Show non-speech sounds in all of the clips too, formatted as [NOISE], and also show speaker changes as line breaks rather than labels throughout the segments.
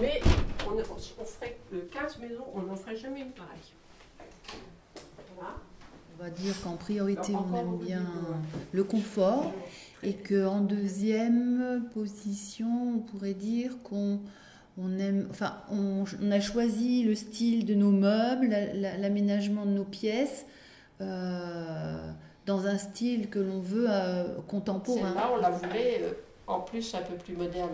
Mais on, ne- on- on ferait euh, 15 maisons, on n'en ferait jamais une pareille. Voilà.
On va dire qu'en priorité,
Alors,
on
encore
aime
beaucoup
bien
d'idées, ouais.
le confort
Très
et qu'en deuxième position, on pourrait dire qu'on on aime, enfin, on, on a choisi le style de nos meubles, la- la- l'aménagement de nos pièces euh, dans un style que l'on veut euh, contemporain.
Celle-là, on la voulait euh, en plus un peu plus moderne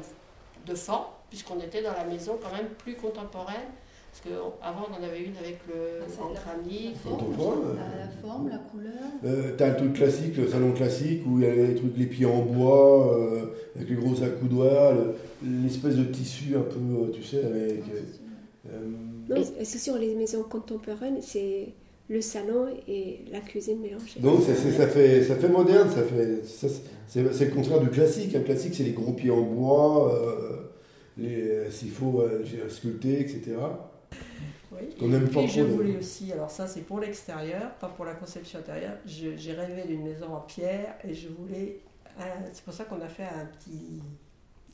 de forme, puisqu'on était dans la maison quand même plus contemporaine. Parce qu'avant, on en avait une avec le
Ah, celle-là.
en granit.
La forme.
Contemporain,
La, la forme, la couleur.
Euh, T'as le truc classique, le salon classique, où il y a les trucs, les pieds en bois, euh, avec les gros accoudoirs, le- l'espèce de tissu un peu, euh, tu sais, avec. euh, euh,
Non, et c'est sur les maisons contemporaines, c'est le salon et la cuisine mélangées.
donc ça, c'est- ça fait, ça fait moderne, ça fait, ça, c'est c'est le contraire du classique. Un classique, c'est les gros pieds en bois, euh, les, euh, s'il faut euh, sculpter, etc.
Oui.
Qu'on aime
Et
pas
puis,
trop,
je
d'ailleurs.
voulais aussi, alors ça c'est pour l'extérieur, pas pour la conception intérieure, je- j'ai rêvé d'une maison en pierre et je voulais. un- C'est pour ça qu'on a fait un petit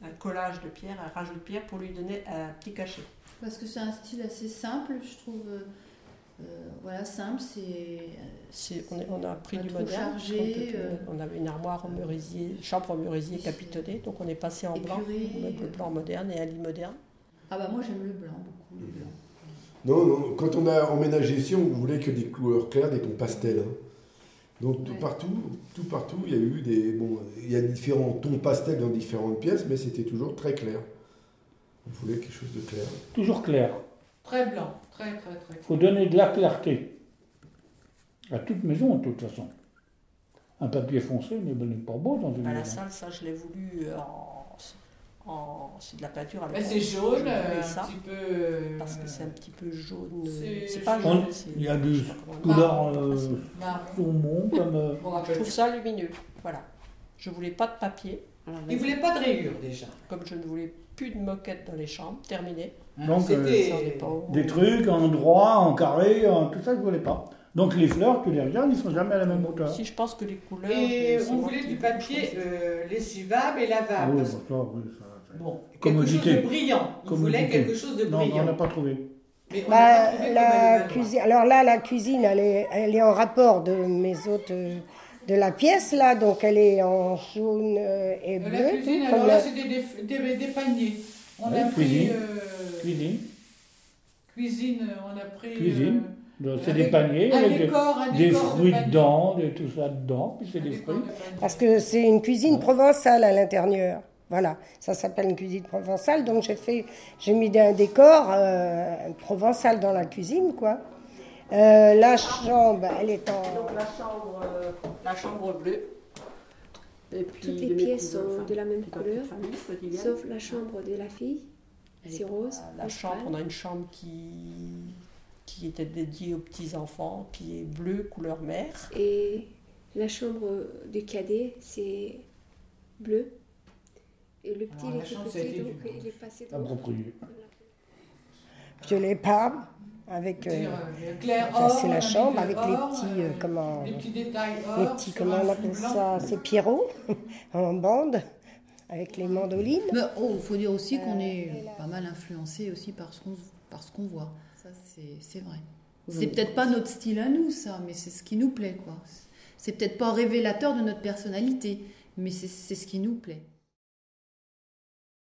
un collage de pierre, un rajout de pierre pour lui donner un petit cachet.
Parce que c'est un style assez simple, je trouve. euh, euh, voilà, simple, c'est. euh,
C'est- On, est- on a pris
Pas
du
trop
moderne. parce qu'on
chargé,
peut plus-
euh.
On avait une armoire en merisier, chambre en merisier capitonnée, donc on est passé en blanc,
Épuré.
avec le plan moderne et un lit moderne.
Ah bah moi j'aime le blanc beaucoup, le blanc.
Non, non, quand on a emménagé ici, on voulait que des couleurs claires, des tons pastels. hein. Donc tout
Ouais.
partout, tout partout, il y a eu des bon, il y a différents tons pastels dans différentes pièces, mais c'était toujours très clair. On voulait quelque chose de clair.
Toujours clair.
Très blanc, très très très.
Il faut donner de la clarté. À toute maison, de toute façon. Un papier foncé n'est n'est pas beau dans une
Bah, la
maison.
salle, ça je l'ai voulu
euh,
en. en- c'est de la peinture avec.
Bah, c'est jaune,
je voulais
euh,
ça.
un petit peu. euh,
Parce que c'est un petit peu jaune.
C'est-
C'est pas
je-
jaune.
On-
c'est-
il y a
je
du
sais pas comment on dit.
couleur
Bah.
Marron,
euh,
c'est-
marron.
saumon, comme. euh,
Bon,
Je
rappelle.
trouve ça lumineux. Voilà. Je voulais pas de papier,
Il voulait pas de rayures déjà.
comme je ne voulais plus de moquette dans les chambres. Terminé.
donc, euh,
C'était-
Ça, on n'est pas au-
des trucs en droit, en carré, en- tout ça, je voulais pas. Donc les fleurs, tu les regardes, ils sont jamais à la hein. même hauteur.
Si je pense que les couleurs.
Et
les- c'est
on
moi
voulait
qui-
du papier euh, lessivable et
Ah
lavable.
oui,
parce
bah,
que-
ça, oui, ça, ça-
Bon, quelque chose
Commodité.
de brillant. On voulait
Commodité.
quelque chose de
Non, on
brillant.
n'a pas trouvé.
Mais on a
Bah,
pas trouvé
la
comme elle
cuisine, alors là, la cuisine, elle est, elle est en rapport de mes autres euh, de la pièce là, donc elle est en jaune euh, et
le
bleu.
voulait. La cuisine,
tout,
alors
comme
là,
la-
c'était des, des- des paniers. On
Ouais,
a pris
cuisine.
euh,
Cuisine.
cuisine, on a pris.
Cuisine.
euh,
Donc, C'est
avec
des paniers
un
avec des-
décor, un
des
décor de
fruits
panier.
dedans, des- tout ça dedans, puis c'est
Un
des
décor
fruits.
de panier.
Parce que c'est une cuisine provençale à l'intérieur. Voilà, ça s'appelle une cuisine provençale. Donc j'ai fait, j'ai mis un décor euh, provençal dans la cuisine, quoi. Euh, la chambre, elle est en.
Donc la chambre, euh, la chambre bleue. Et puis,
Toutes les
de mes
pièces
cousins,
sont
enfin,
de la même
et dans
couleur,
toute famille, quotidienne.
sauf la chambre de la fille,
Elle
c'est
est-
rose.
La
rose
chambre,
pâle.
on a une chambre qui, qui était dédiée aux petits-enfants, qui est bleue, couleur mer.
Et la chambre du cadet, c'est bleu. Et le petit,
Alors,
il
la
était
chambre, ça a été
petit, donc
du-
il est passé
Ah,
de
Approprié.
violet parme avec euh,
C'est-à-dire, euh, clair
ça
or,
c'est la
un
chambre
milieu
avec les
or,
petits euh,
euh,
comment
les petits détails or,
les petits
sur
comment
un
on
fond
appelle
blanc.
ça c'est pierrot [LAUGHS] en bande avec les mandolines
Mais oh, faut dire aussi qu'on
Euh,
est
et la-
pas mal influencé aussi par ce qu'on par ce qu'on voit. Ça c'est c'est vrai. C'est peut-être pas notre style à nous ça, mais c'est ce qui nous plaît quoi. C'est peut-être pas révélateur de notre personnalité, mais c'est c'est ce qui nous plaît.